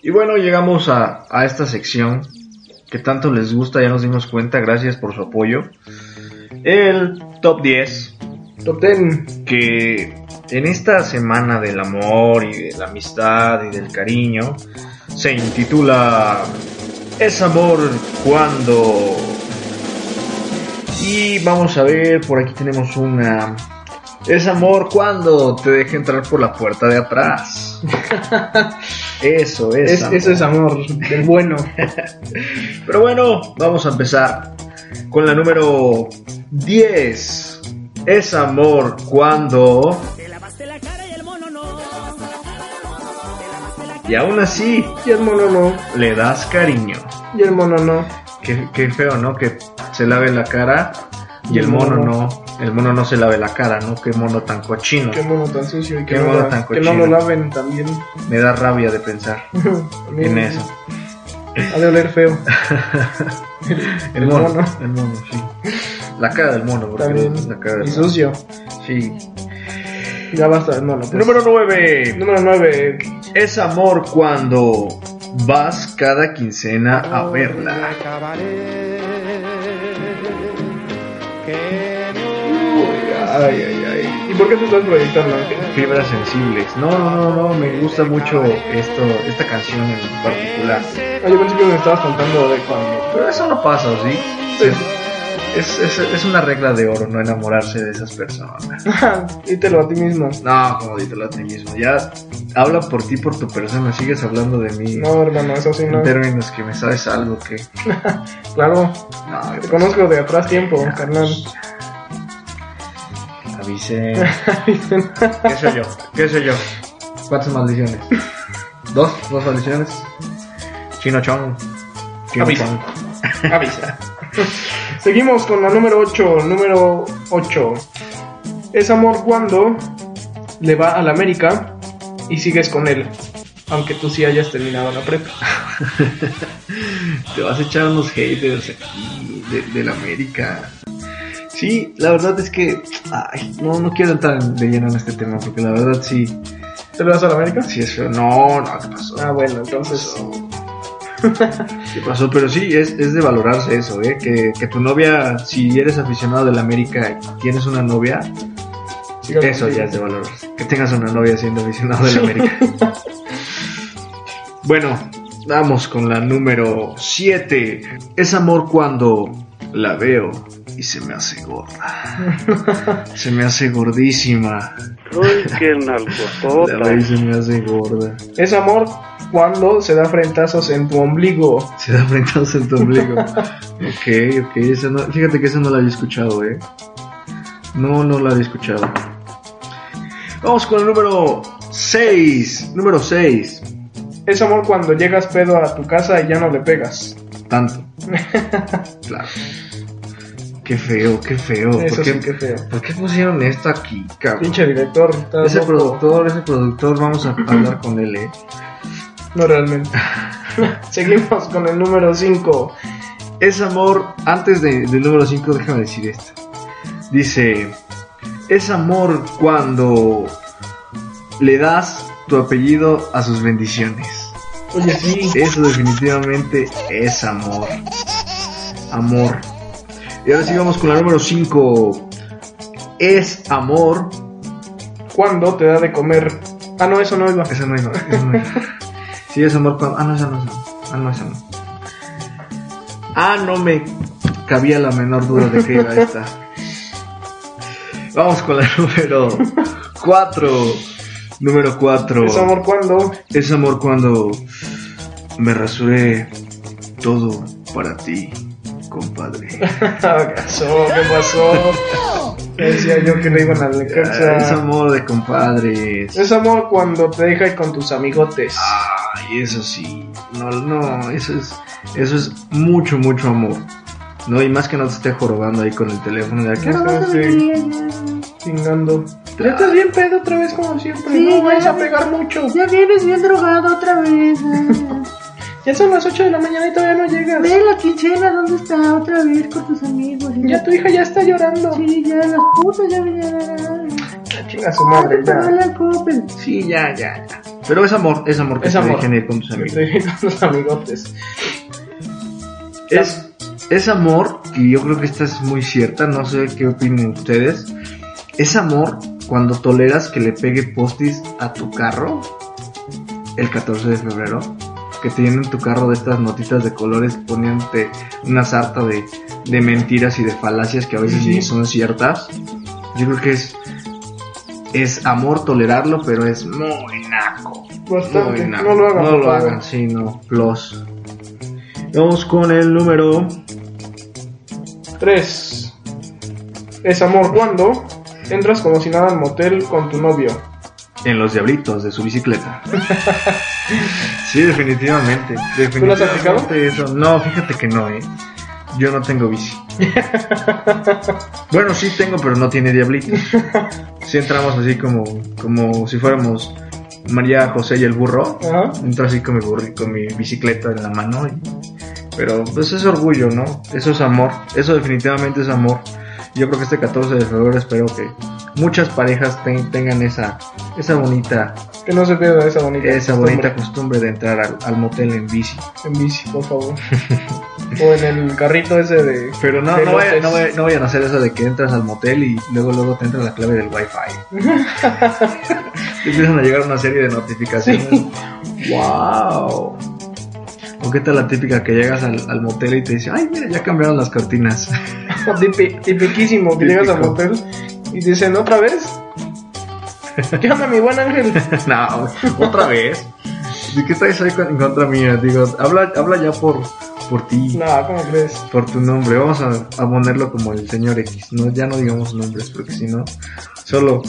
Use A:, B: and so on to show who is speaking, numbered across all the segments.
A: Y bueno, llegamos a, a, esta sección que tanto les gusta, ya nos dimos cuenta, gracias por su apoyo. El top 10, top 10 que en esta semana del amor y de la amistad y del cariño se intitula Es amor cuando... Y vamos a ver, por aquí tenemos una... Es amor cuando te deje entrar por la puerta de atrás. Eso es.
B: es eso es amor, del bueno.
A: Pero bueno, vamos a empezar con la número 10. Es amor cuando. Y aún así,
B: Y el mono no.
A: le das cariño.
B: Y el mono no.
A: Qué, qué feo, ¿no? Que se lave la cara y el mono no. El mono no se lave la cara, ¿no? Qué mono tan cochino.
B: Qué mono tan sucio y que,
A: Qué
B: no,
A: mono
B: la-
A: tan
B: que no
A: cochino.
B: lo laven también.
A: Me da rabia de pensar
B: También
A: en eso.
B: Ha de oler feo.
A: El,
B: El
A: mono.
B: mono.
A: El mono, sí. La cara del mono, porque
B: También.
A: La cara del
B: Y
A: mono.
B: sucio.
A: Sí.
B: Ya basta del mono. pues.
A: Número 9.
B: Número 9.
A: Es amor cuando vas cada quincena a verla.
B: Ay, ay, ay. ¿Y por qué te estás proyectando? Ah,
A: Fibras sensibles. No, no, no, no. Me gusta mucho esto, esta canción en particular.
B: Ah, yo pensé que me estabas contando de cuando.
A: Pero eso no pasa, ¿o ¿sí? Es, es- es una regla de oro no enamorarse de esas personas.
B: Dítelo a ti mismo.
A: No, como dítelo a ti mismo. Ya habla por ti, por tu persona. Sigues hablando de mí
B: No, hermano, eso sí no.
A: en términos que me sabes algo que.
B: Claro,
A: No, pues,
B: te conozco de atrás tiempo, carnal.
A: Avisen. ¿Qué soy yo? ¿Qué soy yo? ¿Cuántas maldiciones? ¿Dos? ¿Dos maldiciones? Chino Chong. Chino
B: Avisa.
A: Chong.
B: Avisa. Seguimos con la número 8. Número 8. Es amor cuando le va al América y sigues con él. Aunque tú sí hayas terminado la prepa.
A: Te vas a echar unos haters aquí de, de la América. Sí, la verdad es que. Ay, no, no quiero entrar en- de lleno en este tema porque la verdad sí.
B: ¿Te le vas al América?
A: Sí es feo. No, no, ¿qué pasó?
B: Ah, bueno,
A: pues.
B: entonces.
A: ¿Qué pasó? Pero sí, es, es de valorarse eso, ¿eh? Que, que tu novia, si eres aficionado de la América y tienes una novia,
B: sigas
A: Eso ya
B: contigo.
A: es de valor. Que tengas una novia siendo aficionado de la América. bueno, vamos con la número 7. Es amor cuando la veo y se me hace gorda. se me hace gordísima.
C: Uy, qué
A: La veo y
C: nalgotota.
A: se me hace gorda.
B: Es amor cuando se da frentazos en tu ombligo.
A: Se da frente en tu ombligo. ok, ok. esa no- fíjate que esa no la había escuchado, ¿eh? No, no la había escuchado. Vamos con el número 6. Número 6.
B: Es amor cuando llegas pedo a tu casa y ya no le pegas.
A: Tanto. claro. Qué feo, qué feo.
B: Eso
A: ¿Por qué,
B: sí que feo.
A: por qué pusieron esto aquí, cabrón?
B: Pinche director, estás
A: Ese
B: loco.
A: productor, ese productor, vamos a hablar con él, ¿eh?
B: No realmente. Seguimos con el número 5.
A: Es amor, antes de- del número 5, déjame decir esto. Dice, es amor cuando le das tu apellido a sus bendiciones.
B: Oye, sí.
A: Eso definitivamente es amor. Amor. Y ahora sí vamos con la número 5. Es amor.
B: ¿Cuándo te da de comer? Ah, no, eso no iba.
A: Esa no es. no, esa no es. Sí, es amor. cuando- Ah, no, esa no, esa no. Ah, no, esa no. Ah, no me cabía la menor duda de que iba esta. Vamos con la número 4. Número 4.
B: Es amor cuando.
A: Es amor cuando me rasuré todo para ti. compadre.
B: Ah, ¿Qué pasó? ¿Qué pasó? Decía yo que no iban al
A: Ah, es
B: Necaxa.
A: amor de compadres.
B: Es amor cuando te deja ir con tus amigotes.
A: Ay, eso sí. No, no, eso es, eso es mucho, mucho amor. No, y más que no te esté jorobando ahí con el teléfono de "Ah, aquí.
B: Ajá, sí. Chingando. Ya estás bien pedo otra vez como siempre.
C: Sí,
B: no
C: ya.
B: vais a pegar mucho.
C: Ya vienes bien drogado otra vez. ah.
B: Ya son las 8 de la mañana y todavía no llegas.
C: Ve la quincena, ¿dónde está? Otra vez con tus amigos. Y
B: Ya tu hija ya está llorando.
C: Sí, ya las putas ya vinieron.
B: Ah, Chinga su madre,
C: No
B: ya.
C: la copen.
A: Sí, ya, ya, ya. Pero es amor, es amor que
B: Es
A: te
B: amor.
A: dejen ir con tus amigos.
B: Estoy con tus amigotes.
A: Es, es amor, y yo creo que esta es muy cierta, no sé qué opinen ustedes. Es amor cuando toleras que le pegue postis a tu carro el 14 de febrero. Que te llenen tu carro de estas notitas de colores poniéndote una sarta de, de mentiras y de falacias que a veces
B: Sí.
A: ni son ciertas. Yo creo que es, es amor tolerarlo, pero es muy naco.
B: Bastante.
A: Muy naco.
B: No lo hagan.
A: No
B: por
A: lo
B: favor.
A: hagan, sí, no. Los. Vamos con el número
B: 3. Es amor cuando entras como si nada al motel con tu novio.
A: en los diablitos de su bicicleta. sí, definitivamente. definitivamente
B: ¿Tú lo has aplicado?
A: eso. No, fíjate que no, eh. Yo no tengo bici. bueno, sí tengo, pero no tiene diablitos. Sí entramos así como, como si fuéramos María José y el burro.
B: Ajá.
A: Entro así con mi, burri- con mi bicicleta en la mano. y- pero pues es orgullo, ¿no? Eso es amor. Eso definitivamente es amor. Yo creo que este 14 de febrero espero que muchas parejas te- tengan esa, esa bonita,
B: Que no se pierda esa bonita.
A: esa
B: costumbre.
A: bonita costumbre de entrar al, al motel en bici.
B: En bici, por favor. o en el carrito ese de.
A: Pero no,
B: de
A: no, vaya-
B: lotes.
A: no, vaya- no vayan a hacer eso de que entras al motel y luego luego te entra la clave del wifi. te empiezan a llegar una serie de notificaciones. ¡Wow! ¿O qué tal la típica que llegas al, al motel y te dice, ay, mira, ya cambiaron las cortinas?
B: Tipi- tipiquísimo que llegas al
A: Típico.
B: motel y dicen otra vez. ¿Qué onda, mi buen ángel?
A: no, otra vez. ¿De qué traes ahí con- en contra mía? Digo, habla, habla ya por, por ti.
B: No, ¿cómo crees?
A: por tu nombre. Vamos a, a ponerlo como el señor X. No, ya no digamos nombres porque si no, solo,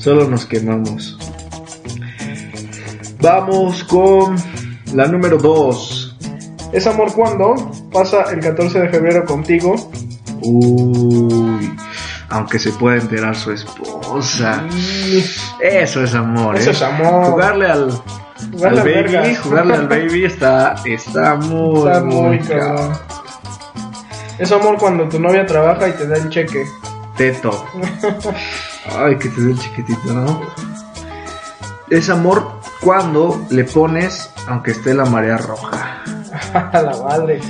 A: solo nos quemamos. Vamos con la número 2.
B: Es amor cuando pasa el 14 de febrero contigo.
A: Uy, aunque se pueda enterar su esposa.
B: Y
A: Ah. Eso es amor,
B: Eso
A: ¿eh?
B: es amor.
A: Jugarle al,
B: Jugarle
A: al
B: al
A: baby,
B: vergas.
A: jugarle al baby está, está muy,
B: Está muy
A: cabrón.
B: cabrón. Es amor cuando tu novia trabaja y te da el cheque.
A: Teto. Ay, que te dé el chiquitito, ¿no? Es amor cuando le pones, aunque esté la marea roja.
B: A la madre.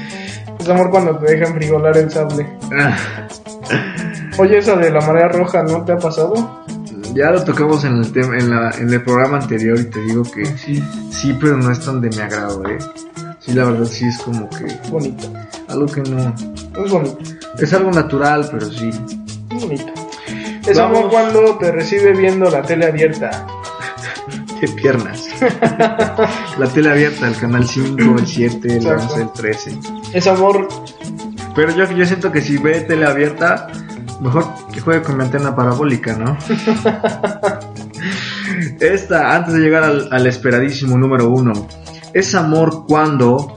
B: Es amor cuando te dejan frigolar el sable.
A: Ah,
B: Oye, esa de la marea roja, ¿no te ha pasado?
A: Ya lo tocamos en el, tem- en, la- en el programa anterior y te digo que
B: Sí.
A: sí, pero no es tan de mi agrado, ¿eh? Sí, la verdad sí es como que
B: Bonito.
A: algo que no...
B: Es bonito.
A: Es algo natural, pero sí.
B: Es bonito. Es
A: Vamos.
B: amor cuando te recibe viendo la tele abierta.
A: Qué piernas. la tele abierta, el canal 5, el 7, el
B: Exacto.
A: 11, el 13.
B: Es amor.
A: Pero yo, yo siento que si ve tele abierta, mejor que juegue con mi antena parabólica, ¿no? Esta, antes de llegar al, al esperadísimo número uno, es amor cuando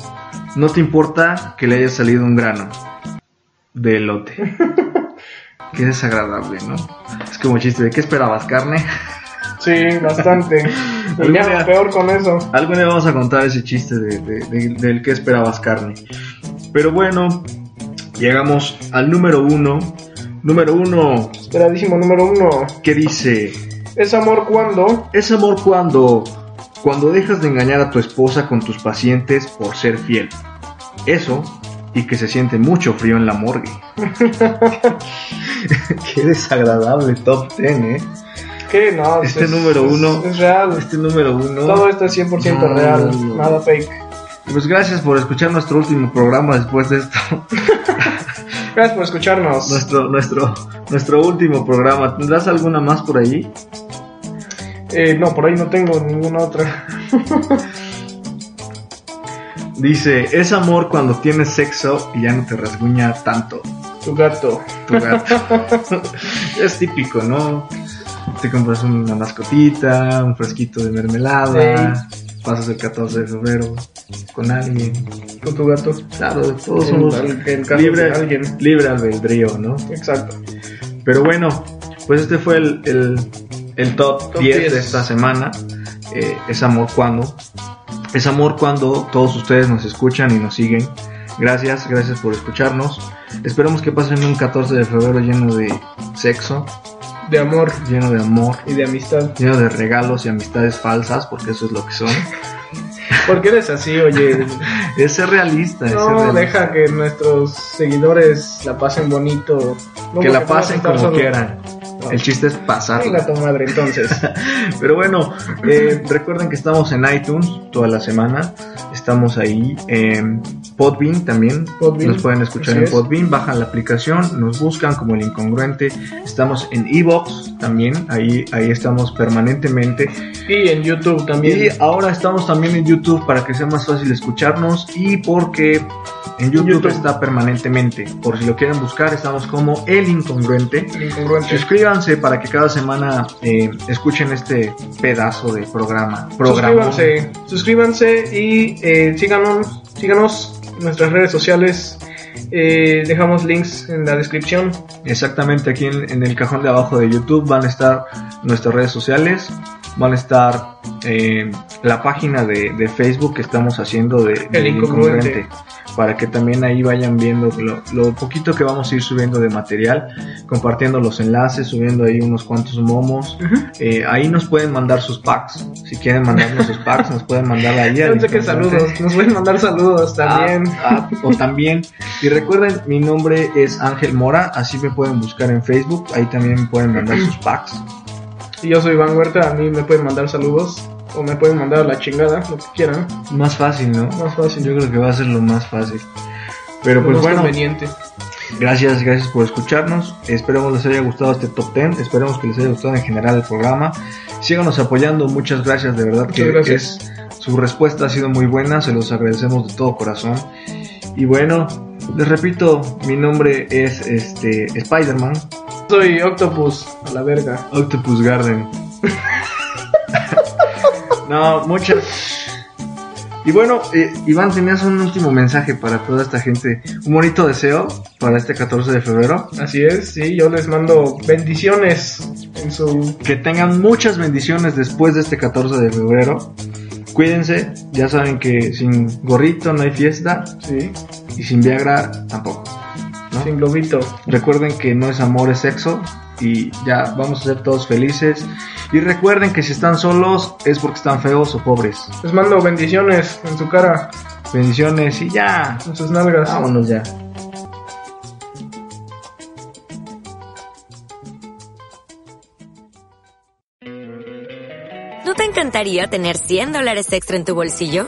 A: no te importa que le haya salido un grano de elote. Qué desagradable, ¿no? Es como chiste de ¿qué esperabas, carne?
B: Sí, bastante.
A: Algún
B: Tenía
A: día.
B: peor con eso.
A: Algún día vamos a contar ese chiste de- de- de- del que esperabas carne. Pero bueno, llegamos al número uno. Número uno,
B: Esperadísimo número uno.
A: que dice,
B: Es amor cuando.
A: es amor cuando, cuando dejas de engañar a tu esposa con tus pacientes por ser fiel. Eso, y que se siente mucho frío en la morgue. Qué desagradable top ten, ¿eh?
B: ¿Qué? No.
A: Este
B: es-
A: número
B: es-
A: uno.
B: Es real.
A: Este número uno.
B: Todo esto es 100%
A: No,
B: real.
A: no, no.
B: Nada fake.
A: Pues gracias por escuchar nuestro último programa después de esto.
B: Gracias por escucharnos.
A: Nuestro, nuestro, nuestro último programa. ¿Tendrás alguna más por ahí?
B: Eh, no, por ahí no tengo ninguna otra.
A: Dice, es amor cuando tienes sexo y ya no te rasguña tanto
B: Tu gato.
A: tu gato. es típico, ¿no? Te compras una mascotita, un fresquito de mermelada, pasas el 14 de febrero con alguien.
B: Con tu gato.
A: Claro, todos
B: En-
A: somos
B: en- en caso de
A: libre,
B: alguien.
A: libre albedrío, ¿no?
B: Exacto.
A: Pero bueno, pues este fue el, el- el top,
B: Top
A: 10,
B: 10.
A: de esta semana. Eh, es amor cuando. Es amor cuando todos ustedes nos escuchan y nos siguen. Gracias, gracias por escucharnos. Esperamos que pasen un 14 de febrero lleno de sexo,
B: De amor
A: lleno de amor,
B: y de amistad.
A: lleno de regalos y amistades falsas, porque eso es lo que son.
B: ¿Por qué eres así, oye?
A: Es ser realista, es ser
B: No,
A: realista.
B: deja que nuestros seguidores la pasen bonito. No,
A: que la
B: porque tú vas a
A: pasen
B: estar
A: como
B: solo.
A: quieran.
B: No.
A: El chiste es pasarla.
B: Venga tu madre, entonces.
A: Pero bueno, eh, recuerden que estamos en iTunes toda la semana. Estamos ahí. en Podbean también.
B: Podbean,
A: Nos pueden escuchar
B: así
A: en
B: es.
A: Podbean. Bajan la aplicación. Nos buscan como el incongruente. Estamos en Evox también. Ahí, ahí estamos permanentemente.
B: y en YouTube también.
A: Y ahora estamos también en YouTube para que sea más fácil escucharnos. Y porque en YouTube,
B: YouTube.
A: está permanentemente. Por si lo quieren buscar, estamos como el incongruente.
B: El incongruente.
A: Suscríbanse para que cada semana eh, escuchen este pedazo de programa. Programa.
B: Suscríbanse, suscríbanse y eh, síganos, síganos en nuestras redes sociales. Eh, dejamos links en la descripción.
A: Exactamente aquí en, en el cajón de abajo de YouTube van a estar nuestras redes sociales, van a estar eh, la página de, de Facebook que estamos haciendo de, de
B: El Incongruente.
A: para que también ahí vayan viendo lo, lo poquito que vamos a ir subiendo de material, compartiendo los enlaces, subiendo ahí unos cuantos momos. Eh, ahí nos pueden mandar sus packs. Si quieren mandarnos sus packs, nos pueden mandar ahí. al
B: Pensé que
A: Incongruente.
B: saludos, nos pueden mandar saludos también.
A: Ah, ah, o también. Y recuerden, mi nombre es Ángel Mora, así me pueden buscar en Facebook, ahí también me pueden mandar sus packs.
B: Y Ah. yo soy Iván Huerta, a mí me pueden mandar saludos o me pueden mandar a la chingada, lo que quieran.
A: Más fácil, ¿no?
B: Más fácil,
A: Yo creo que va a ser lo más fácil. Pero pues
B: Más
A: bueno,
B: conveniente.
A: gracias, gracias por escucharnos. Esperemos les haya gustado este top 10, esperemos que les haya gustado en general el programa. Síganos apoyando, muchas gracias, de verdad que
B: Muchas gracias.
A: es- su respuesta ha sido muy buena, se los agradecemos de todo corazón. Y bueno, les repito, mi nombre es este Spider-Man.
B: Soy Octopus, a la verga.
A: Octopus Garden. no, muchas. Y bueno, eh, Iván, tenías un último mensaje para toda esta gente. Un bonito deseo para este 14 de febrero.
B: Así es, sí, yo les mando bendiciones en su...
A: Que tengan muchas bendiciones después de este 14 de febrero. Cuídense, ya saben que sin gorrito no hay fiesta
B: Sí,
A: y sin Viagra tampoco. ¿no?
B: sin globito.
A: Recuerden que no es amor, es sexo. Y ya vamos a ser todos felices. Y recuerden que si están solos es porque están feos o pobres.
B: Les mando bendiciones en su cara,
A: Bendiciones y ya.
B: en sus nalgas.
A: Vámonos ya.
D: ¿No te encantaría tener 100 dólares extra en tu bolsillo?